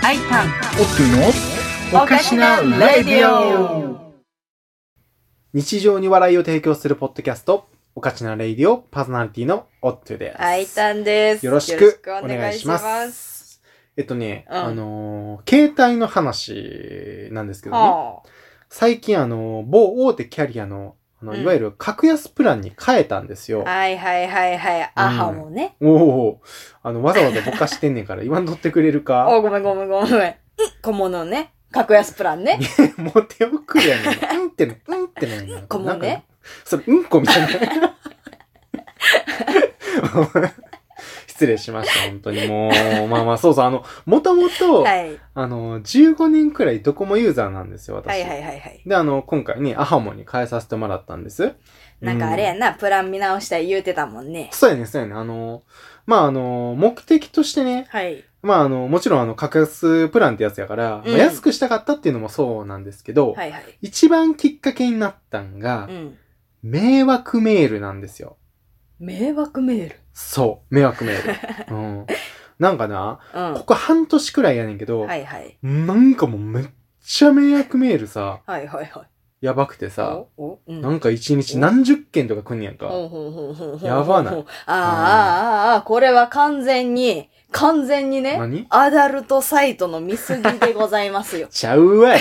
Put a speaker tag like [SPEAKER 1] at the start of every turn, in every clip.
[SPEAKER 1] ハイタン
[SPEAKER 2] おっといのおかしなレディオ日常に笑いを提供するポッドキャスト、おかしなレディオパーソナリティのおっといです。
[SPEAKER 3] あいたんです。
[SPEAKER 2] よろしくお願いします。えっとね、
[SPEAKER 3] うん
[SPEAKER 2] あのー携帯の話なんですけどね、
[SPEAKER 3] は
[SPEAKER 2] 最近あのー某大手キャリアの、あの、
[SPEAKER 3] うん
[SPEAKER 2] いわゆる格安プランに変えたんですよ
[SPEAKER 3] あ。はいはいはいはい。アハもね。
[SPEAKER 2] おおーあの、わざわざぼかしてんねんから、言わんとってくれるか。
[SPEAKER 3] お、ごめんごめんごめん。うん小物ね。格安プランね。
[SPEAKER 2] もう手遅れやねん。うんっての、うんってのやねん。
[SPEAKER 3] こもね
[SPEAKER 2] なんか。それ、うんこみたいな。 失礼しました、本当に。もう、まあまあ、そうそう、あの、もともと、
[SPEAKER 3] はい。
[SPEAKER 2] あの、15年くらいドコモユーザーなんですよ、私。
[SPEAKER 3] はいはいはいはい。
[SPEAKER 2] で、あの、今回ね、アハモに変えさせてもらったんです。
[SPEAKER 3] なんかあれ
[SPEAKER 2] う
[SPEAKER 3] やな、プラン見直したい言うてたもんね。
[SPEAKER 2] そうやね、そうやね。あの、まああの、目的としてね、
[SPEAKER 3] はい。
[SPEAKER 2] まああの、もちろんあの、格安プランってやつやから、
[SPEAKER 3] うん
[SPEAKER 2] まあ安くしたかったっていうのもそうなんですけど、
[SPEAKER 3] はいはい。
[SPEAKER 2] 一番きっかけになったんが
[SPEAKER 3] う、ん。
[SPEAKER 2] 迷惑メールなんですよ。
[SPEAKER 3] 迷惑メール。
[SPEAKER 2] そう、迷惑メ ール。うん、なんかな、
[SPEAKER 3] うん
[SPEAKER 2] こ。こ半年くらいやねんけど、
[SPEAKER 3] はいはい。
[SPEAKER 2] なんかもうめっちゃ迷惑メールさ、
[SPEAKER 3] はいはいはい。
[SPEAKER 2] やばくてさ、
[SPEAKER 3] お、お、うん。
[SPEAKER 2] なんか一日何十件とか来んねやんか。
[SPEAKER 3] ほんほんほんほんほん
[SPEAKER 2] やばない
[SPEAKER 3] あーあー、あーあー、これは完全に、完全にね、
[SPEAKER 2] 何。
[SPEAKER 3] アダルトサイトの見過ぎでございますよ
[SPEAKER 2] ちゃ うわい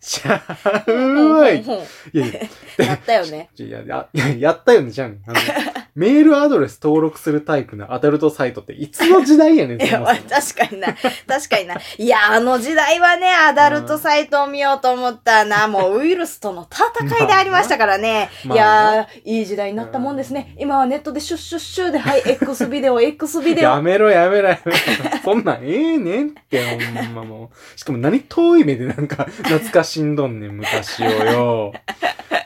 [SPEAKER 2] ちゃ うわいい
[SPEAKER 3] ほんほんほん
[SPEAKER 2] やいや
[SPEAKER 3] やったよ ね。
[SPEAKER 2] いやいや、いややったよね、じゃん。 あのメールアドレス登録するタイプのアダルトサイトっていつの時代やねん、
[SPEAKER 3] いや、
[SPEAKER 2] も
[SPEAKER 3] まあ
[SPEAKER 2] そも
[SPEAKER 3] 確かにな。確かにな。いや、あの時代はね、アダルトサイトを見ようと思ったな。もうウイルスとの戦いでありましたからね。
[SPEAKER 2] まあ
[SPEAKER 3] い
[SPEAKER 2] まあ
[SPEAKER 3] やー、いい時代になったもんですね。今はネットでシュッシュッシュで、はい、X ビデオ、X ビデ
[SPEAKER 2] や
[SPEAKER 3] オ。
[SPEAKER 2] めろやめろや めろ。そんなんええねんって、ほんまもう。しかも何遠い目でなんか懐かしんどんねん、昔をよ。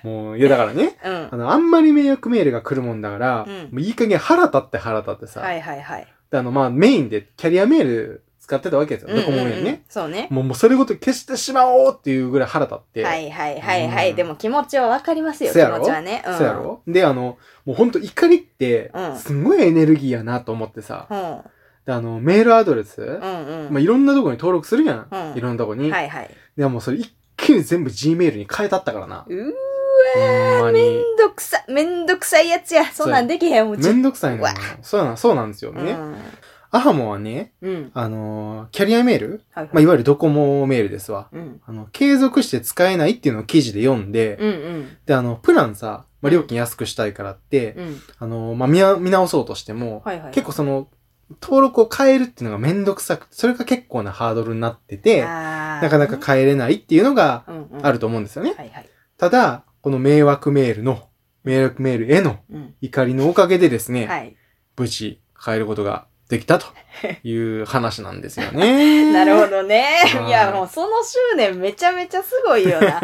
[SPEAKER 2] もう、いやだからね、
[SPEAKER 3] うん
[SPEAKER 2] あ。の、あんまり迷惑メールが来るもんだから、
[SPEAKER 3] うん
[SPEAKER 2] もういい加減腹立って腹立ってさ、
[SPEAKER 3] はいはいはい。
[SPEAKER 2] であの、まあメインでキャリアメール使ってたわけですよ、ドコモ
[SPEAKER 3] うん
[SPEAKER 2] メ
[SPEAKER 3] う
[SPEAKER 2] ー
[SPEAKER 3] んう
[SPEAKER 2] ル
[SPEAKER 3] ん
[SPEAKER 2] ね。
[SPEAKER 3] そうね。
[SPEAKER 2] もう、もうそれごと消してしまおうっていうぐらい腹立って。
[SPEAKER 3] はいはいはいはい。
[SPEAKER 2] うん
[SPEAKER 3] でも気持ちはわかりますよ、気
[SPEAKER 2] そやろ
[SPEAKER 3] 持ちはね。ん
[SPEAKER 2] そうやろで、あの、もうほんと怒りって
[SPEAKER 3] う、ん
[SPEAKER 2] すごいエネルギーやなと思ってさ、
[SPEAKER 3] うん。
[SPEAKER 2] であの、メールアドレス、
[SPEAKER 3] うんうん。
[SPEAKER 2] まあ、いろんなとこに登録するやん。
[SPEAKER 3] うん
[SPEAKER 2] いろんなとこに。
[SPEAKER 3] はいはい。
[SPEAKER 2] でもそれ一気に全部 Gmail に変えたったからな。
[SPEAKER 3] うー
[SPEAKER 2] ほんま
[SPEAKER 3] わー、
[SPEAKER 2] に
[SPEAKER 3] めんどくさ、めんどくさいやつや。そんなんできへん、もう
[SPEAKER 2] め
[SPEAKER 3] ち
[SPEAKER 2] んどくさいのよ
[SPEAKER 3] うわ
[SPEAKER 2] そうなん、そうなんですよ
[SPEAKER 3] う
[SPEAKER 2] ね。
[SPEAKER 3] ん。
[SPEAKER 2] アハモはね、
[SPEAKER 3] うん。
[SPEAKER 2] あのーキャリアメール、
[SPEAKER 3] はいはい
[SPEAKER 2] まあ、いわゆるドコモメールですわ。
[SPEAKER 3] うん。
[SPEAKER 2] あの、継続して使えないっていうのを記事で読んで、
[SPEAKER 3] うんうん。
[SPEAKER 2] で、あの、プランさ、まあ、料金安くしたいからって、
[SPEAKER 3] うん。
[SPEAKER 2] あのーまあ、見や見直そうとしても、
[SPEAKER 3] はいはい。
[SPEAKER 2] 結構その、登録を変えるっていうのがめんどくさくて、それが結構なハードルになってて、な
[SPEAKER 3] な
[SPEAKER 2] かなか変えれないっていうのがあ
[SPEAKER 3] あ
[SPEAKER 2] ると思うんですよね。
[SPEAKER 3] はいはい。
[SPEAKER 2] ただ、この迷惑メールの、迷惑メールへの
[SPEAKER 3] うん。
[SPEAKER 2] 怒りのおかげでですね、
[SPEAKER 3] はい。
[SPEAKER 2] 無事変えることができたという話なんですよね。
[SPEAKER 3] なるほどね
[SPEAKER 2] は。い
[SPEAKER 3] いや、もうその執念めちゃめちゃすごいよ な。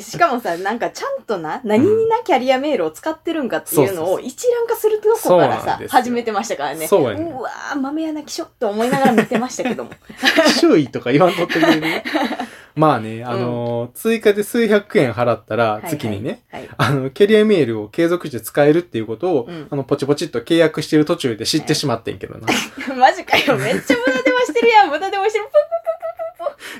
[SPEAKER 3] しかもさ、なんかちゃんとな、何になキャリアメールを使ってるんかっていうの
[SPEAKER 2] そうそうそ
[SPEAKER 3] を一覧化するとこから
[SPEAKER 2] そうなん
[SPEAKER 3] さ
[SPEAKER 2] で、すよ
[SPEAKER 3] 始めてましたからね。
[SPEAKER 2] そうやね
[SPEAKER 3] うわー、豆やな気象って思いながら見てました けども。
[SPEAKER 2] 注意とか言わんとってくれ るねまあね、あのー追加で数百円払ったら、月にね、
[SPEAKER 3] はいはい。はい。
[SPEAKER 2] あの、キャリアメールを継続して使えるっていうことを、
[SPEAKER 3] うん
[SPEAKER 2] あの、ポチポチっと契約してる途中で知ってしまってんけどな。
[SPEAKER 3] マジかよ、めっちゃ無駄電話してるやん、無駄電話してる。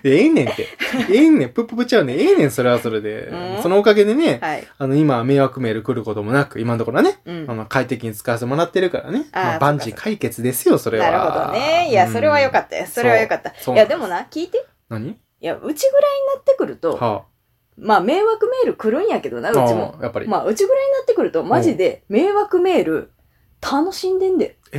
[SPEAKER 2] でええねんって。ええねん、ぷっぷぷちゃうねん。ええねん、それはそれで。
[SPEAKER 3] うん
[SPEAKER 2] そのおかげでね、
[SPEAKER 3] はい。
[SPEAKER 2] あの、 今は迷惑メール来ることもなく、今のところはね、
[SPEAKER 3] うん
[SPEAKER 2] あ。の、快適に使わせてもらってるからね。
[SPEAKER 3] あー
[SPEAKER 2] ま
[SPEAKER 3] そ
[SPEAKER 2] あ、
[SPEAKER 3] っか
[SPEAKER 2] 万事解決ですよ、それは。
[SPEAKER 3] なるほどね。いや、それは良か
[SPEAKER 2] っ
[SPEAKER 3] ったよ。それは良かった。
[SPEAKER 2] そう
[SPEAKER 3] いや、でもな、聞いて。
[SPEAKER 2] た。何
[SPEAKER 3] いや、うちぐらいになってくると、
[SPEAKER 2] は
[SPEAKER 3] まあ、迷惑メール来るんやけどな、
[SPEAKER 2] あ、
[SPEAKER 3] うちも
[SPEAKER 2] あ。ーやっぱり。
[SPEAKER 3] まあ、うちぐらいになってくると、マジで、迷惑メール、楽しんでんで。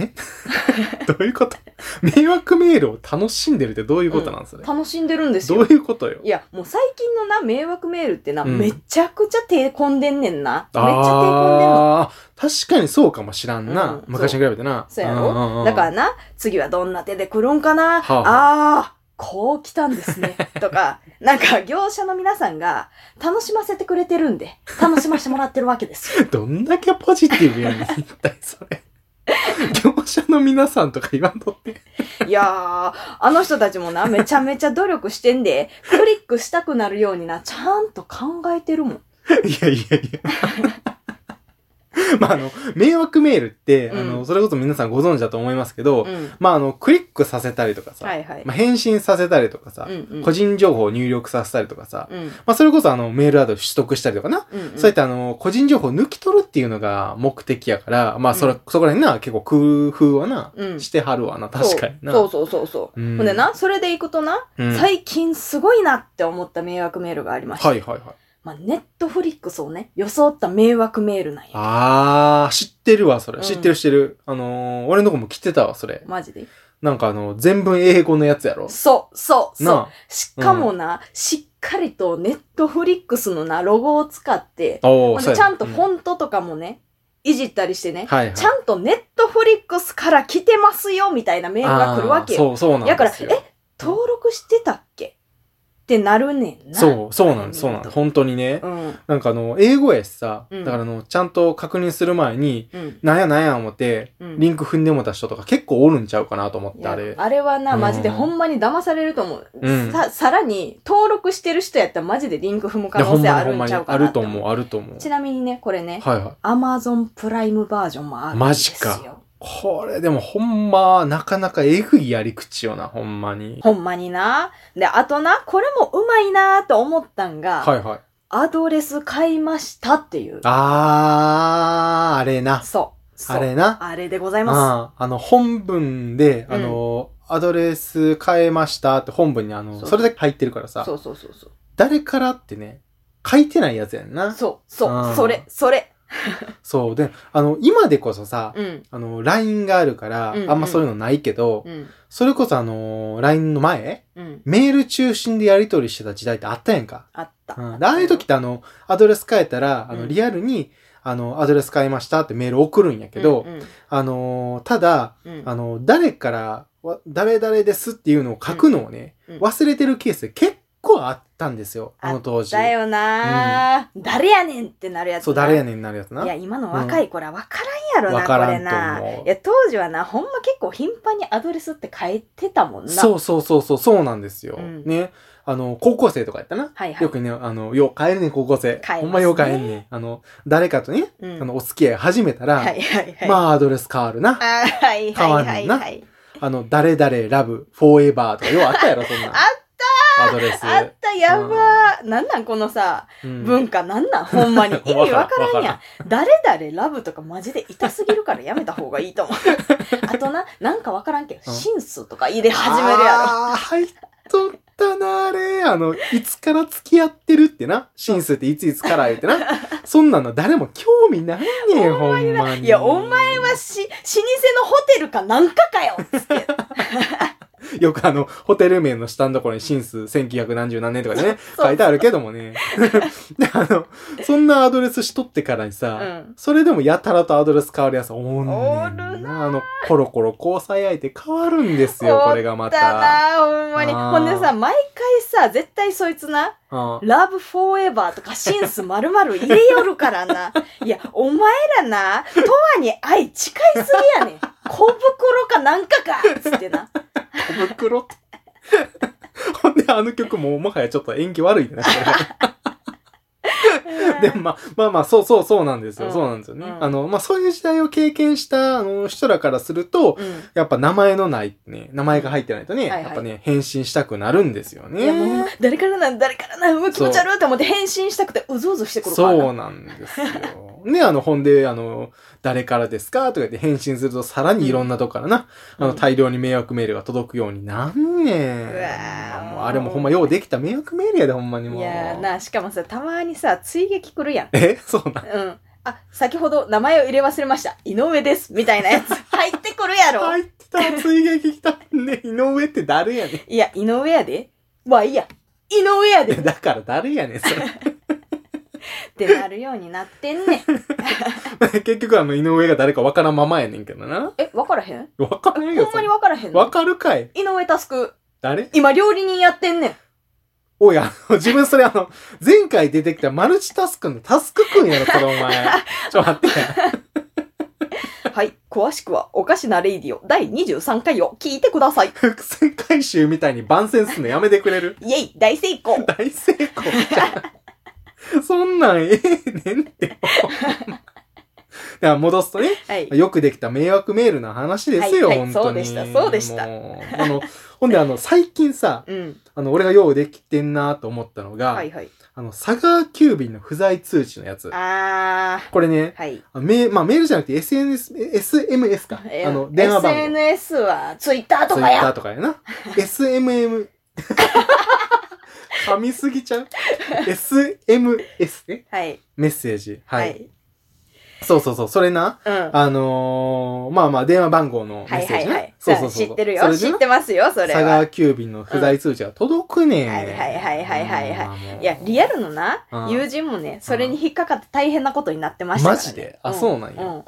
[SPEAKER 2] どういうこと迷惑メールを楽しんでるってどういうことなんそれ、
[SPEAKER 3] 楽しんでるんです
[SPEAKER 2] どう
[SPEAKER 3] よ。
[SPEAKER 2] いうことよ
[SPEAKER 3] いや、もう最近のな、迷惑メールってな、
[SPEAKER 2] うん
[SPEAKER 3] めちゃくちゃ手込んでんねんな。めっちゃ手込んでんの。
[SPEAKER 2] あー確かにそうかもしらんな。
[SPEAKER 3] うん
[SPEAKER 2] 昔に比べてな。
[SPEAKER 3] そうや
[SPEAKER 2] んんう
[SPEAKER 3] ろ
[SPEAKER 2] ん
[SPEAKER 3] だからな、次はどんな手で来るんかな、
[SPEAKER 2] はあは
[SPEAKER 3] あ、あー、こう来たんですね。 とか、なんか業者の皆さんが楽しませてくれてるんで、楽しませてもらってるわけですよ。
[SPEAKER 2] どんだけポジティブやねん、一体そ れ。業者の皆さんとか言わんとって。
[SPEAKER 3] いやー、あの人たちもな、めちゃめちゃ努力してんで、クリックしたくなるようにな、ちゃんと考えてるもん。
[SPEAKER 2] いやいやいや。 まあ、あの、迷惑メールって、あ
[SPEAKER 3] う
[SPEAKER 2] の、
[SPEAKER 3] ん
[SPEAKER 2] それこそ皆さんご存知だと思いますけど、
[SPEAKER 3] うん。
[SPEAKER 2] まあ、あの、クリックさせたりとかさ、
[SPEAKER 3] はいはい。
[SPEAKER 2] まあ、返信させたりとかさ、
[SPEAKER 3] うんうん
[SPEAKER 2] 個人情報を入力させたりとかさ、
[SPEAKER 3] うん。
[SPEAKER 2] まあ、それこそあの、メールアドレス取得したりとかな。
[SPEAKER 3] うんうん
[SPEAKER 2] そういったあの、個人情報を抜き取るっていうのが目的やから、まあ、それ、
[SPEAKER 3] うん
[SPEAKER 2] そこら辺な、結構工夫はな、
[SPEAKER 3] うん
[SPEAKER 2] してはるわな、確かにな。
[SPEAKER 3] そうそうそうそう。
[SPEAKER 2] うん
[SPEAKER 3] ほんでな、それでいくとな、
[SPEAKER 2] うん
[SPEAKER 3] 最近すごいなって思った迷惑メールがありました。
[SPEAKER 2] はいはいはい。
[SPEAKER 3] まあ、ネットフリックスをね、装った迷惑メールなんや。
[SPEAKER 2] あー、知ってるわ、それ。
[SPEAKER 3] うん
[SPEAKER 2] 知ってる知ってる。あのー、俺のとこも来てたわ、それ。
[SPEAKER 3] マジで
[SPEAKER 2] なんかあの、全文英語のやつやろ。
[SPEAKER 3] そう、そう、そう。
[SPEAKER 2] な
[SPEAKER 3] しかもな、しっかりとネットフリックスのな、ロゴを使って、
[SPEAKER 2] あ。おー
[SPEAKER 3] ほん
[SPEAKER 2] そう
[SPEAKER 3] で
[SPEAKER 2] や
[SPEAKER 3] ちゃんとフ
[SPEAKER 2] う
[SPEAKER 3] ォントとかもね、いじったりしてね、
[SPEAKER 2] はいはい。
[SPEAKER 3] ちゃんとネットフリックスから来てますよ、みたいなメールが来るわけ
[SPEAKER 2] あー
[SPEAKER 3] よ。
[SPEAKER 2] そう、そうなん
[SPEAKER 3] やから、
[SPEAKER 2] です
[SPEAKER 3] え
[SPEAKER 2] よ。、
[SPEAKER 3] 登録してたっけってなるねんな。
[SPEAKER 2] そう、そうなんです、そうなんです。本当にね。
[SPEAKER 3] うん。
[SPEAKER 2] なんかあの、英語やしさ、
[SPEAKER 3] うん
[SPEAKER 2] だからあの、ちゃんと確認する前に、
[SPEAKER 3] うん。
[SPEAKER 2] なんやなんや思って、
[SPEAKER 3] うん
[SPEAKER 2] リンク踏んでもた人とか結構おるんちゃうかなと思っ
[SPEAKER 3] い
[SPEAKER 2] て、
[SPEAKER 3] や
[SPEAKER 2] あれ。
[SPEAKER 3] あれはな、
[SPEAKER 2] うん
[SPEAKER 3] マジでほんまに騙されると思う。
[SPEAKER 2] うん
[SPEAKER 3] さ、さらに、登録してる人やったらマジでリンク踏む可
[SPEAKER 2] いやほ
[SPEAKER 3] 能
[SPEAKER 2] ん
[SPEAKER 3] 性
[SPEAKER 2] ま
[SPEAKER 3] あ
[SPEAKER 2] にほ
[SPEAKER 3] る
[SPEAKER 2] ん
[SPEAKER 3] ん
[SPEAKER 2] ま
[SPEAKER 3] ち
[SPEAKER 2] に
[SPEAKER 3] ゃう
[SPEAKER 2] あ
[SPEAKER 3] かな
[SPEAKER 2] る
[SPEAKER 3] って
[SPEAKER 2] と
[SPEAKER 3] 思う。
[SPEAKER 2] 思う、あると思う。
[SPEAKER 3] ちなみにね、これね、
[SPEAKER 2] はいはい。
[SPEAKER 3] アマゾンプライムバージョンもあるんですよ。
[SPEAKER 2] マジか。これでもほんま、なかなかえぐいやり口よな、ほんまに。
[SPEAKER 3] ほんまにな。で、あとな、これもうまいなと思ったんが、
[SPEAKER 2] はいはい。
[SPEAKER 3] アドレス買いましたっていう。
[SPEAKER 2] あー、あれな。
[SPEAKER 3] そう。そう
[SPEAKER 2] あれな。
[SPEAKER 3] あれでございま
[SPEAKER 2] ああの、本文で、
[SPEAKER 3] うん
[SPEAKER 2] あの、アドレス変えましたって本文にあの、
[SPEAKER 3] そ
[SPEAKER 2] そうれだけ入ってるから
[SPEAKER 3] す。
[SPEAKER 2] さ
[SPEAKER 3] そ、うそうそうそう。
[SPEAKER 2] 誰からってね、書いてないやつやんな。
[SPEAKER 3] そう、そうう、
[SPEAKER 2] ん
[SPEAKER 3] それ、それ。
[SPEAKER 2] そう。で、あの、今でこそさ、
[SPEAKER 3] うん。
[SPEAKER 2] あの、LINE があるから
[SPEAKER 3] うんう、ん
[SPEAKER 2] あんまそういうのないけど、
[SPEAKER 3] うん。
[SPEAKER 2] それこそあの、LINE の前、
[SPEAKER 3] うん。
[SPEAKER 2] メール中心でやり取りしてた時代ってあったやんか。
[SPEAKER 3] あった。
[SPEAKER 2] うん。でああいう時ってあの、アドレス変えたら、あ
[SPEAKER 3] う
[SPEAKER 2] の、
[SPEAKER 3] ん
[SPEAKER 2] リアルに、あの、アドレス変えましたってメール送るんやけど、
[SPEAKER 3] うんうん
[SPEAKER 2] あの、ただ、
[SPEAKER 3] うん
[SPEAKER 2] あの、誰から、わ誰々ですっていうのを書くのをね、
[SPEAKER 3] うんうん
[SPEAKER 2] 忘れてるケース結構あったんですよ、
[SPEAKER 3] あ
[SPEAKER 2] あの当時。
[SPEAKER 3] だよな、ぁ誰やねんってなるやつな
[SPEAKER 2] そう、誰やねんになるやつな。
[SPEAKER 3] いや、今の若い子ら分からんやろな、
[SPEAKER 2] 分からん
[SPEAKER 3] これな
[SPEAKER 2] と思う。
[SPEAKER 3] いや、当時はな、ほんま結構頻繁にアドレスって変えてたもんな。
[SPEAKER 2] そうそうそうそう、そうなんですよ。
[SPEAKER 3] うん
[SPEAKER 2] ね。あの、高校生とかやったな。
[SPEAKER 3] はいはい。
[SPEAKER 2] よくね、あの、よう帰るねん、高校生。
[SPEAKER 3] 帰りますね
[SPEAKER 2] ほんまよう帰るねん。あの、誰かとね、
[SPEAKER 3] うん
[SPEAKER 2] あの、お付き合い始めたら、
[SPEAKER 3] はいはいはい。
[SPEAKER 2] まあ、アドレス変わるな。
[SPEAKER 3] あ、はい
[SPEAKER 2] 変
[SPEAKER 3] は
[SPEAKER 2] わ
[SPEAKER 3] い
[SPEAKER 2] ん
[SPEAKER 3] は
[SPEAKER 2] ねん
[SPEAKER 3] い
[SPEAKER 2] な
[SPEAKER 3] はい。
[SPEAKER 2] あの、誰々ラブ、フォーエバーとか、ようあったやろ、そ んな。あったアドレス。
[SPEAKER 3] あった、やばー。なんなんこのさ、
[SPEAKER 2] うん
[SPEAKER 3] 文化なんなんほんまに。意味わからんや
[SPEAKER 2] わ
[SPEAKER 3] ん。誰々ラブとかマジで痛すぎるからやめた方がいい と思う。あとな、なんかわからんけど、
[SPEAKER 2] うん
[SPEAKER 3] シンスとか入れ始めるやろ。
[SPEAKER 2] あー入っとったな、あれ。あの、いつから付き合ってるってな。シンスっていついつから言っ てな。そんなの誰も興味ないねん、ほんまに。
[SPEAKER 3] いや、お前はし、老舗のホテルかなんかかよつって。
[SPEAKER 2] よくあの、ホテル名の下のところにシンス1900何十何年とかでね、
[SPEAKER 3] そう
[SPEAKER 2] 書いてあるけども ね。で、あの、そんなアドレスしとってからにさ、
[SPEAKER 3] うん
[SPEAKER 2] それでもやたらとアドレス変わるやつおんねんな。
[SPEAKER 3] おる
[SPEAKER 2] あの、コロコロ交際相手変わるんですよ、これがま
[SPEAKER 3] だ
[SPEAKER 2] た。
[SPEAKER 3] なほんまに。
[SPEAKER 2] あー
[SPEAKER 3] ほんでさ、毎回さ、絶対そいつな、
[SPEAKER 2] うん
[SPEAKER 3] ラブフォーエバーとかシンスまるまる入れよるからな。いや、お前らな、とわに愛近いすぎや ねん。小袋かなんかかつってな。
[SPEAKER 2] 小袋 って。ほんで、あの曲ももはやちょっと演技悪いね。こ れでもまあ、まあまあ、そうそうそうなんですよ。
[SPEAKER 3] うん
[SPEAKER 2] そうなんですよね。
[SPEAKER 3] うん
[SPEAKER 2] あの、まあそういう時代を経験した、あの、人らからすると、
[SPEAKER 3] うん。
[SPEAKER 2] やっぱ名前のない、ね、名前が入ってないとね、
[SPEAKER 3] はいはい
[SPEAKER 2] やっぱね、返信したくなるんですよ
[SPEAKER 3] いやもうほんま
[SPEAKER 2] ね。、
[SPEAKER 3] 誰からなん、誰からなん、うわ気持ち悪いと思って返信したくて、うずうずしてくるからな。
[SPEAKER 2] そうなんですよ。ね、あの、ほんで、あの、誰からですかとか言って返信すると、さらにいろんなとこからな、
[SPEAKER 3] うん
[SPEAKER 2] あの、大量に迷惑メールが届くようになんねん。
[SPEAKER 3] うわー
[SPEAKER 2] もうあれもほんまようできた迷惑メールやで、ほんまにもう。
[SPEAKER 3] いやーな、しかもさ、たまにさ、追撃来るやん。
[SPEAKER 2] えそうなん。
[SPEAKER 3] うん。あ、先ほど名前を入れ忘れました。井上です。みたいなや つ。入ってくるやろ。
[SPEAKER 2] 入ってた、追撃来た。ね、井上って誰やねん
[SPEAKER 3] いや、井上やで。わ、いや、井上やで。
[SPEAKER 2] え。だから誰やねん、それ。
[SPEAKER 3] ってなるようになってんねん。
[SPEAKER 2] 結局あの、井上が誰かわからんままやねんけどな。
[SPEAKER 3] え、わからへん
[SPEAKER 2] わからんよ、
[SPEAKER 3] ほんまにわからへん
[SPEAKER 2] それわ
[SPEAKER 3] の
[SPEAKER 2] かるかい
[SPEAKER 3] 井上タスク、
[SPEAKER 2] 誰
[SPEAKER 3] 今料理人やってんねん。
[SPEAKER 2] おい、あの、自分それあの、前回出てきたマルチタスクのタスクくんやろ、これお 前。ちょ、待って。
[SPEAKER 3] はい。詳しくは、おかしなレイディオ第23回を聞いてください。
[SPEAKER 2] 伏線回収みたいに番宣すんのやめてくれる
[SPEAKER 3] イェイ大成 功
[SPEAKER 2] 大成功 じゃん。そんなんええねんって。から戻すとね、
[SPEAKER 3] はい。
[SPEAKER 2] よくできた迷惑メールな話ですよ、
[SPEAKER 3] はいはい
[SPEAKER 2] 本
[SPEAKER 3] そ
[SPEAKER 2] 当に。
[SPEAKER 3] うでしたそうでした
[SPEAKER 2] もうあの、ほんであの、最近さ、
[SPEAKER 3] うん。
[SPEAKER 2] あの、俺がようできてんなと思ったのが、
[SPEAKER 3] はいはい。
[SPEAKER 2] あの、佐川急便の不在通知のやつ。
[SPEAKER 3] あ
[SPEAKER 2] これ
[SPEAKER 3] ー。、
[SPEAKER 2] ね
[SPEAKER 3] はい。
[SPEAKER 2] あメーまあ、メールじゃなくて SNS、SMS か。
[SPEAKER 3] え
[SPEAKER 2] あの、電話番号。
[SPEAKER 3] SNS は、ツイッターとか
[SPEAKER 2] Twitter
[SPEAKER 3] や。
[SPEAKER 2] とかやな。SMM。噛みすぎちゃう ?SMS ね。
[SPEAKER 3] はい。
[SPEAKER 2] メッセージ。は。
[SPEAKER 3] はいい。
[SPEAKER 2] そうそうそう。それな。
[SPEAKER 3] うん。
[SPEAKER 2] あのー、まあまあ、電話番号のメ
[SPEAKER 3] は
[SPEAKER 2] ッ
[SPEAKER 3] い
[SPEAKER 2] セー
[SPEAKER 3] は
[SPEAKER 2] ジ
[SPEAKER 3] い
[SPEAKER 2] ね。
[SPEAKER 3] はい。
[SPEAKER 2] そうそうそう。
[SPEAKER 3] 知ってる
[SPEAKER 2] そ
[SPEAKER 3] よ。
[SPEAKER 2] れで
[SPEAKER 3] 知
[SPEAKER 2] な
[SPEAKER 3] ってますよ、それ
[SPEAKER 2] 佐
[SPEAKER 3] は
[SPEAKER 2] 川。急便の不在通知が届くねん、
[SPEAKER 3] はいはいはいはいはいはい
[SPEAKER 2] まあもう
[SPEAKER 3] いや、リアルのな
[SPEAKER 2] うん、
[SPEAKER 3] 友人もね、それに引っかかって大変なことになってましたから、
[SPEAKER 2] マ
[SPEAKER 3] ね。
[SPEAKER 2] ジであ、そうなんや。
[SPEAKER 3] うんうん。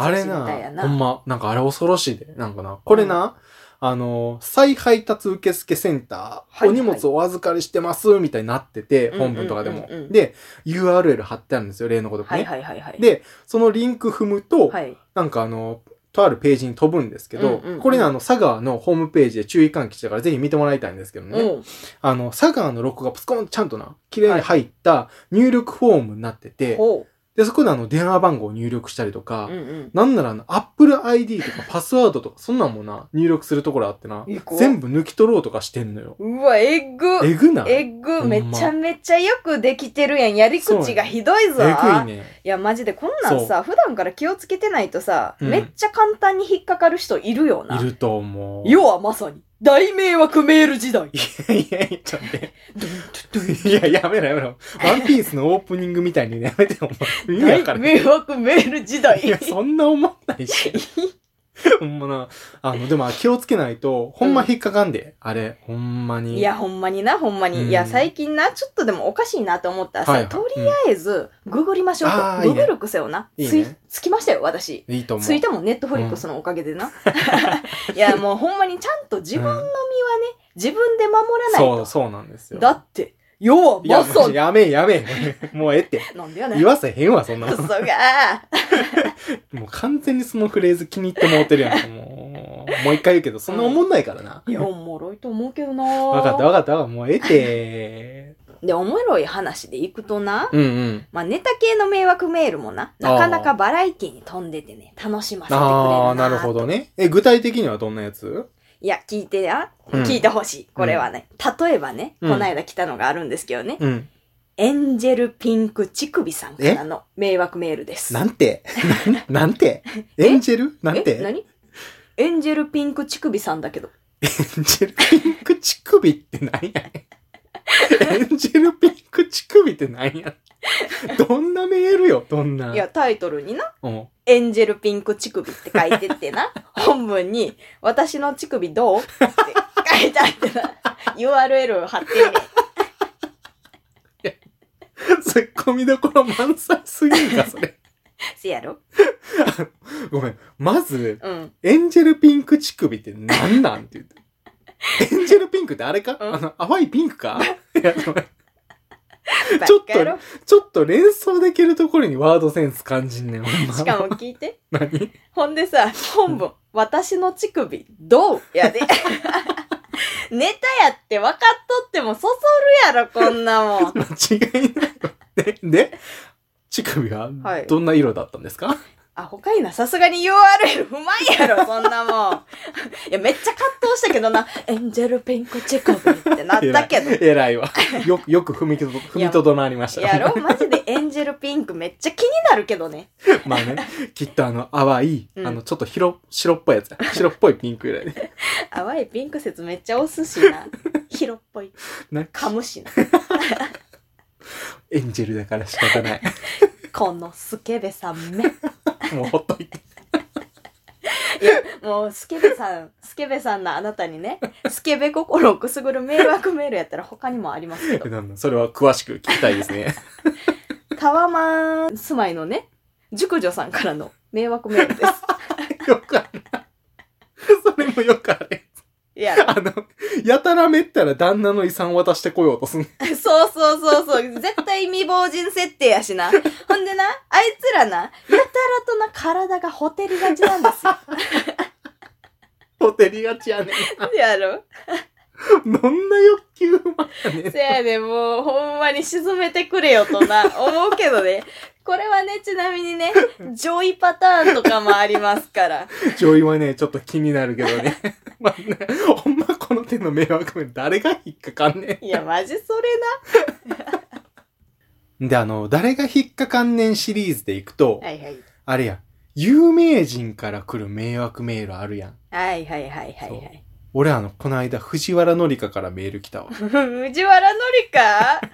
[SPEAKER 2] あ
[SPEAKER 3] お
[SPEAKER 2] れ
[SPEAKER 3] 寿司みたいや
[SPEAKER 2] な、
[SPEAKER 3] な
[SPEAKER 2] ほんま、なんかあれ恐ろしいで。なんかな、これな、あの、再配達受付センター、
[SPEAKER 3] はい
[SPEAKER 2] お荷物お預かりしてます、みたいになってて、
[SPEAKER 3] うん
[SPEAKER 2] 本文とかでも、
[SPEAKER 3] うんうんうん
[SPEAKER 2] で、URL 貼ってあるんですよ、例のことね。
[SPEAKER 3] はいはいはいはい。
[SPEAKER 2] で、そのリンク踏むと、
[SPEAKER 3] はい。
[SPEAKER 2] なんかあの、とあるページに飛ぶんですけど、
[SPEAKER 3] うんうんうん
[SPEAKER 2] これね、あの、佐川のホームページで注意喚起したから、ぜひ見てもらいたいんですけどね。
[SPEAKER 3] うん。
[SPEAKER 2] あの、佐川のロゴがプスコンちゃんとな、綺麗に入った入力フォームになってて、
[SPEAKER 3] ほ
[SPEAKER 2] で、そこであの、電話番号を入力したりとか、
[SPEAKER 3] う。うんうん。
[SPEAKER 2] なんならあの、Apple ID とかパスワードとか、そんなんもな、入力するところあってな
[SPEAKER 3] え、こう
[SPEAKER 2] 全部抜き取ろうとかしてんのよ。
[SPEAKER 3] うわ、えぐ
[SPEAKER 2] えぐない
[SPEAKER 3] え
[SPEAKER 2] え
[SPEAKER 3] ぐ、
[SPEAKER 2] ほんま
[SPEAKER 3] めちゃめちゃよくできてるやん。やり口がひどいぞ。
[SPEAKER 2] ぐいね。
[SPEAKER 3] いや、マジでこんなんさ、普段から気をつけてないとさ、
[SPEAKER 2] うん
[SPEAKER 3] めっちゃ簡単に引っかかる人いるよ
[SPEAKER 2] い
[SPEAKER 3] な。
[SPEAKER 2] ると思う。
[SPEAKER 3] 要はまさに、大迷惑メール時代。
[SPEAKER 2] いやいや、ちょっと待って。いや、やめろやめろ。ワンピースのオープニングみたいにやめてよ、お前。意味わか
[SPEAKER 3] 大
[SPEAKER 2] らん
[SPEAKER 3] 迷惑メール時代。
[SPEAKER 2] いや、そんな思わないし。 ほんまな。あの、でも気をつけないと、ほんま引っかかんで、あれ。ほんまに。
[SPEAKER 3] いや、ほんまにな、ほんまに。
[SPEAKER 2] うん
[SPEAKER 3] いや、最近な、ちょっとでもおかしいなと思ったらさ、
[SPEAKER 2] はいはい
[SPEAKER 3] とりあえず、ググりましょう
[SPEAKER 2] あー
[SPEAKER 3] と。
[SPEAKER 2] いい
[SPEAKER 3] グ
[SPEAKER 2] ね
[SPEAKER 3] グる癖をな、
[SPEAKER 2] いい
[SPEAKER 3] つい
[SPEAKER 2] ね
[SPEAKER 3] つきましたよ、私。
[SPEAKER 2] いいと思う。
[SPEAKER 3] ついたもん、ネットフリックスのおかげで な。いや、もうほんまにちゃんと自分の身はね、自分で守らない
[SPEAKER 2] そう、
[SPEAKER 3] と。
[SPEAKER 2] そうなんですよ。
[SPEAKER 3] だって、要はい
[SPEAKER 2] や、
[SPEAKER 3] まさに。
[SPEAKER 2] やめえやめ え。もうええ って。
[SPEAKER 3] なんだよね
[SPEAKER 2] 言。わせへんわ、そんな
[SPEAKER 3] ク
[SPEAKER 2] の
[SPEAKER 3] ソ。が
[SPEAKER 2] もう完全にそのフレーズ気に入ってもうてるやん。もう、もう一回言うけど、そんな思んないからな。
[SPEAKER 3] いや、おもろいと思うけどな
[SPEAKER 2] わかったわかったわ。もうええ て。
[SPEAKER 3] で、おもろい話でいくとな、
[SPEAKER 2] うんうん。
[SPEAKER 3] まあ、ネタ系の迷惑メールもな、なかなかバラエティに飛んでてね、楽しませてくれる
[SPEAKER 2] あ
[SPEAKER 3] な
[SPEAKER 2] あ、なるほどね。え、具体的にはどんなやつ
[SPEAKER 3] いや、聞いてや、
[SPEAKER 2] うん
[SPEAKER 3] 聞いてほしい。これはね、例えばね、
[SPEAKER 2] うん
[SPEAKER 3] こないだ来たのがあるんですけどね、
[SPEAKER 2] うん。
[SPEAKER 3] エンジェルピンク乳首さんからの迷惑メールです。
[SPEAKER 2] な んてななんてエンジェルなんて
[SPEAKER 3] え
[SPEAKER 2] エン
[SPEAKER 3] 何エンジェルピンク乳首さんだけど。
[SPEAKER 2] ジェルピンク乳首って何やねん。エンジェルピンク乳首って何やねん。どんなメールよ、どんな。
[SPEAKER 3] いや、タイトルにな、
[SPEAKER 2] うん。
[SPEAKER 3] エンジェルピンク乳首って書いてって な、本文に、私の乳首どうって書いてあって な、URL 貼ってんねん
[SPEAKER 2] ツッコミどころ満載すぎんか、それ。
[SPEAKER 3] せやろ
[SPEAKER 2] ごめん。まず、
[SPEAKER 3] うん。
[SPEAKER 2] エンジェルピンク乳首って何なんって言って。エンジェルピンクってあれか、
[SPEAKER 3] うん
[SPEAKER 2] あの、淡いピンクかいや、ごめん。
[SPEAKER 3] バ
[SPEAKER 2] ちょっ
[SPEAKER 3] カ野郎
[SPEAKER 2] と、ちょっと連想できるところにワードセンス感じんねん、ほんま。
[SPEAKER 3] しかも聞いて。
[SPEAKER 2] 何
[SPEAKER 3] ほんでさ、本文、私の乳首、どうや で。ネタやって分かっとってもそそるやろ、こんなもん。
[SPEAKER 2] 間違いないわ。で、で、乳首は
[SPEAKER 3] はい
[SPEAKER 2] どんな色だったんですか、
[SPEAKER 3] あ、他にな、さすがに URL 不満やろ、そんなもん。いや、めっちゃ葛藤したけどな、エンジェルピンク乳首ってなったけど。
[SPEAKER 2] えらいわ。よく、よく踏みとど、踏みとどまりました。
[SPEAKER 3] やろマジでエンジェルピンクめっちゃ気になるけどね。
[SPEAKER 2] まあね、きっとあの、淡い、
[SPEAKER 3] うん
[SPEAKER 2] あの、ちょっと白、白っぽいやつや。白っぽいピンク色やね。
[SPEAKER 3] 淡いピンク説めっちゃおすしな。広っぽい。
[SPEAKER 2] なんか
[SPEAKER 3] 噛むしな。
[SPEAKER 2] エンジェルだから仕方ない。
[SPEAKER 3] このスケベさんめっ
[SPEAKER 2] もうほっといて。
[SPEAKER 3] いや、もう、スケベさん、スケベさんのあなたにね、スケベ心をくすぐる迷惑メールやったら他にもありますけど、
[SPEAKER 2] なんだそれは詳しく聞きたいですね。
[SPEAKER 3] タワマン住まいのね、熟女さんからの迷惑メールです。
[SPEAKER 2] よくあるな。それもよくあれ。
[SPEAKER 3] いや、
[SPEAKER 2] あの、やたらめったら旦那の遺産渡してこようとすん。
[SPEAKER 3] そうそうそうそう、絶対未亡人設定やし な。ほんでな、あいつらな、やたらとな体がホテルがちなんですよ。
[SPEAKER 2] ホテルがちやねん。
[SPEAKER 3] やろ
[SPEAKER 2] どんな欲求もやねん
[SPEAKER 3] せやで、もう、ほんまに沈めてくれよと な、思うけどね。これはね、ちなみに ね、上位パターンとかもありますから。
[SPEAKER 2] 上位はね、ちょっと気になるけどね。 まあね、ほんまこの手の迷惑面誰が引っかかんね
[SPEAKER 3] いや、マジそれ
[SPEAKER 2] ん。で、あの、誰が引っかかんねんシリーズでいくと、
[SPEAKER 3] な。はいはい。
[SPEAKER 2] あれやん、有名人から来る迷惑メールあるやん。
[SPEAKER 3] はいはいはいはいはい。
[SPEAKER 2] 俺あの、この間藤原紀香からメール来たわ。
[SPEAKER 3] 藤原紀香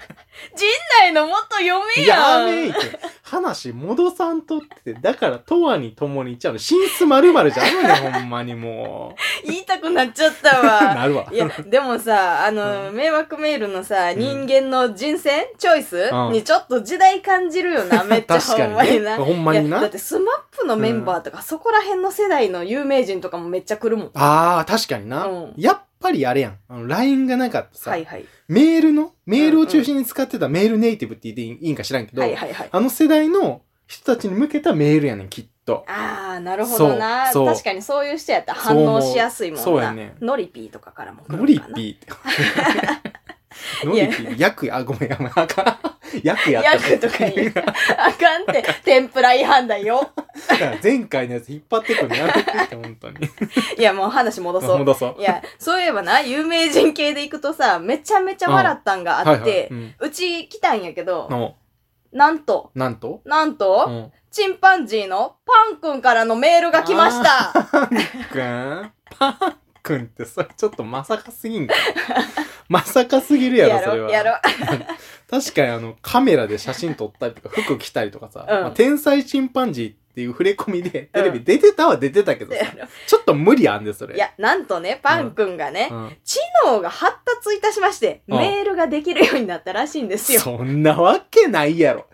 [SPEAKER 3] 陣内の元嫁や
[SPEAKER 2] や
[SPEAKER 3] ん。
[SPEAKER 2] めいけ。話戻さんとって、だから、とわにともにいっちゃうの。新スまるまるじゃんねん、ほんまにも
[SPEAKER 3] 言いたくなっちゃった
[SPEAKER 2] う。
[SPEAKER 3] わ。
[SPEAKER 2] なるわ。
[SPEAKER 3] いや、でもさ、あの、迷惑メールのさ、
[SPEAKER 2] ん
[SPEAKER 3] 人間の人選チョイス、
[SPEAKER 2] うん
[SPEAKER 3] にちょっと時代感じるよ な、めっちゃ
[SPEAKER 2] 確
[SPEAKER 3] ほ
[SPEAKER 2] か
[SPEAKER 3] んま
[SPEAKER 2] に
[SPEAKER 3] に
[SPEAKER 2] ね。
[SPEAKER 3] な。
[SPEAKER 2] ほんまに
[SPEAKER 3] いやだ
[SPEAKER 2] な
[SPEAKER 3] っ。てスマップのメンバーとか、そこら辺の世代の有名人とかもめっちゃ来るもん。
[SPEAKER 2] ああ、確かにな。
[SPEAKER 3] うん
[SPEAKER 2] やっぱりあれやん。あの、LINE がなかったさ、
[SPEAKER 3] はいはい。
[SPEAKER 2] メールの、メールを中心に使ってたメールネイティブって言っていいいいんか知らんけど、
[SPEAKER 3] はいはいはい。
[SPEAKER 2] あの世代の人たちに向けたメールやねん、きっと。
[SPEAKER 3] ああ、なるほどな。
[SPEAKER 2] そうそう
[SPEAKER 3] 確かにそういう人やったら
[SPEAKER 2] そう
[SPEAKER 3] 反
[SPEAKER 2] 思う
[SPEAKER 3] 応しやすいもんな。
[SPEAKER 2] そうやね
[SPEAKER 3] ノリピーとかからも来るのかな。
[SPEAKER 2] ノリピー って。ノリ
[SPEAKER 3] や
[SPEAKER 2] ピー、役、あ、ごめん、あかん。 役やった。
[SPEAKER 3] 役とか言う。あかん って、天ぷら違反だよ。
[SPEAKER 2] だから前回のやつ引っ張ってくるのやめてって、本当に。
[SPEAKER 3] いや、もう話戻そう。
[SPEAKER 2] 戻そう
[SPEAKER 3] い。や、そういえばな、有名人系で行くとさ、めちゃめちゃ笑ったんがあって、
[SPEAKER 2] はいはい、
[SPEAKER 3] うち来たんやけど
[SPEAKER 2] うん、の、
[SPEAKER 3] なんと、
[SPEAKER 2] なんと、
[SPEAKER 3] なん
[SPEAKER 2] う
[SPEAKER 3] と、
[SPEAKER 2] ん。
[SPEAKER 3] チンパンジーのパン君からのメールが来ました。
[SPEAKER 2] くん、パンくんってそれちょっとまさかすぎんか。 まさかすぎ るやろ、それは。
[SPEAKER 3] やろ。
[SPEAKER 2] 確かにあの、カメラで写真撮ったりとか、服着たりとかさ、
[SPEAKER 3] うん
[SPEAKER 2] まあ天才チンパンジーっていう触れ込みで、
[SPEAKER 3] う
[SPEAKER 2] テ
[SPEAKER 3] ん
[SPEAKER 2] レビ出てたは出てたけど
[SPEAKER 3] や
[SPEAKER 2] さ、
[SPEAKER 3] ろ。
[SPEAKER 2] ちょっと無理あんで、そ れ。
[SPEAKER 3] いや、なんとね、パン君がね、
[SPEAKER 2] うん、
[SPEAKER 3] 知能が発達いたしまして、
[SPEAKER 2] うん
[SPEAKER 3] メールができるようになったらしいんですよ。
[SPEAKER 2] そんなわけないやろ。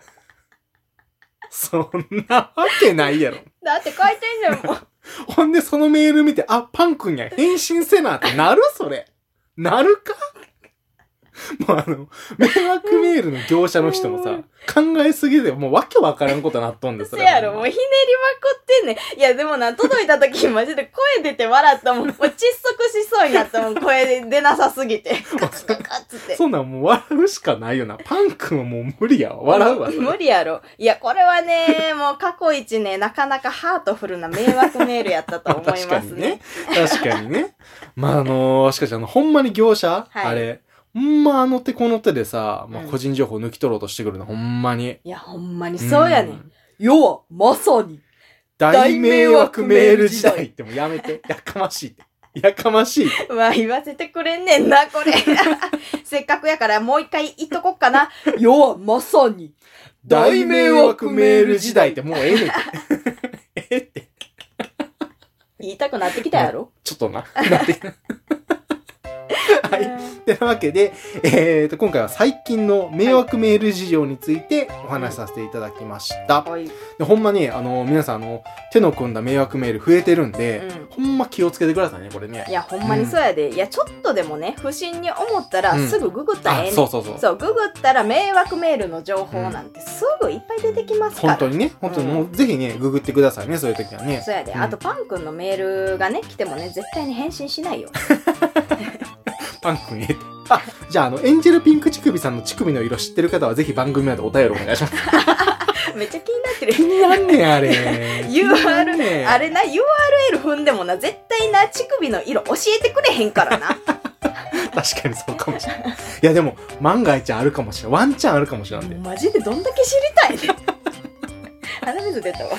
[SPEAKER 2] そんなわけないやろ。
[SPEAKER 3] だって書いてんじゃん、もう。
[SPEAKER 2] ほんで、そのメール見て、あ、パン君や、返信せなってなるそれ。なるかもうあの、迷惑メールの業者の人もさ、考えすぎて、もうわけわからんことなっとんです
[SPEAKER 3] せや ろ、もう
[SPEAKER 2] う。
[SPEAKER 3] ひねりまくってんねん。いや、でもな、届いた時、マジで声出て笑ったもん。もう窒息しそうになったもん、声出なさすぎ て。カツカツカツって。
[SPEAKER 2] そんなんもう笑うしかないよな。パン君はもう無理やわ。笑うわ。それ
[SPEAKER 3] 無理やろ。いや、これはね、 もう過去一ね、なかなかハートフルな迷惑メールやったと思います
[SPEAKER 2] 確かにね
[SPEAKER 3] ね。。
[SPEAKER 2] 確かにね。まあ、あのしかし、あの、ほんまに業者、
[SPEAKER 3] はい
[SPEAKER 2] あれ、ほんまあの手この手でさ、まあ、
[SPEAKER 3] うん
[SPEAKER 2] 個人情報抜き取ろうとしてくるの、ほんまに。
[SPEAKER 3] いや、ほんまにそうやね
[SPEAKER 2] ん
[SPEAKER 3] ん。要は、まさに。
[SPEAKER 2] 大迷惑メール時代ってもうやめて。やかましいって。やかましいって。
[SPEAKER 3] まあ言わせてくれんねんな、これ。 せっかくやからもう一回言っとこっかな。要はまさに。
[SPEAKER 2] 大迷惑メール時代ってもうええねんって。ええって。
[SPEAKER 3] 言いたくなってきたやろ
[SPEAKER 2] ちょっ とな。なってきた。はい。てなわけで、えー、と、今回は最近の迷惑メール事情についてお話しさせていただきました。
[SPEAKER 3] はい。
[SPEAKER 2] でほんまに、あの、皆さん、あの、手の込んだ迷惑メール増えてるんで、ほんま気をつけてくださいね、これね。
[SPEAKER 3] いや、ほんまにそうやで。いや、ちょっとでもね、不審に思ったら
[SPEAKER 2] うん
[SPEAKER 3] すぐググったら
[SPEAKER 2] あ
[SPEAKER 3] ええねん。
[SPEAKER 2] そうそうそう。
[SPEAKER 3] そう、ググったら迷惑メールの情報なんてすぐいっぱい出てきますから。
[SPEAKER 2] 本当にね、本当にもう、ぜひね、ググってくださいね、そういう時はね。
[SPEAKER 3] そうやで。
[SPEAKER 2] うん
[SPEAKER 3] あと、パン君のメールがね、来てもね、絶対に返信し ないよ。
[SPEAKER 2] パン君へって。あ、じゃあ、あの、エンジェルピンク乳首さんの乳首の色知ってる方は、ぜひ番組までお便りお願いします。
[SPEAKER 3] めっちゃ気になってる。
[SPEAKER 2] 気になんねえ、あ れ。
[SPEAKER 3] URL
[SPEAKER 2] ね
[SPEAKER 3] あれな、URL 踏んでもな、絶対な、乳首の色教えてくれへんからな。
[SPEAKER 2] 確かにそうかもしれない。いや、でも、万が一あるかもしれない。ワンチャンあるかも しれないんで。
[SPEAKER 3] マジでどん だけ知りたいね。鼻水出た わ。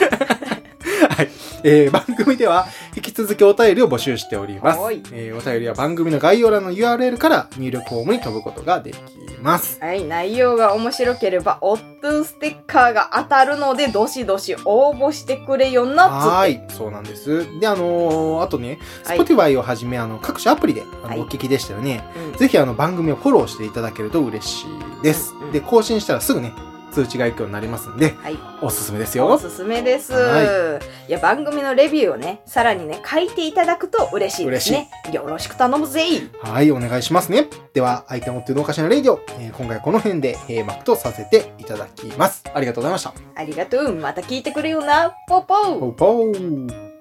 [SPEAKER 2] はい。えー、番組では、引き続きお便りを募集しております
[SPEAKER 3] はい。
[SPEAKER 2] えー、お便りは番組の概要欄の URL から入力フォームに飛ぶことができます。
[SPEAKER 3] はい、内容が面白ければ、オットゥステッカーが当たるので、どしどし応募してくれよな、
[SPEAKER 2] はーい。そうなんです。で、あのーあとね、
[SPEAKER 3] はい
[SPEAKER 2] Spotify をはじめ、あの、各種アプリで、
[SPEAKER 3] は
[SPEAKER 2] あの、
[SPEAKER 3] い
[SPEAKER 2] お聞きでしたよね。
[SPEAKER 3] つってうん
[SPEAKER 2] ぜひあの番組をフォローしていただけると嬉しいです
[SPEAKER 3] うんう。ん
[SPEAKER 2] で、更新したらすぐね、通知が行くようになりますんで、
[SPEAKER 3] はい、
[SPEAKER 2] おすすめです
[SPEAKER 3] お
[SPEAKER 2] よ。
[SPEAKER 3] すすめです、、
[SPEAKER 2] はい
[SPEAKER 3] や番組のレビューをねさらにね書いていただくと嬉しいですねよろしく頼むぜ
[SPEAKER 2] はい、お願いしますね。では、相手持ってるおかしなレイディオ、えー今回はこの辺で閉幕とさせていただきます。ありがとうございました。
[SPEAKER 3] ありがとうまた聞いてくれよなポーポー
[SPEAKER 2] ポーポー。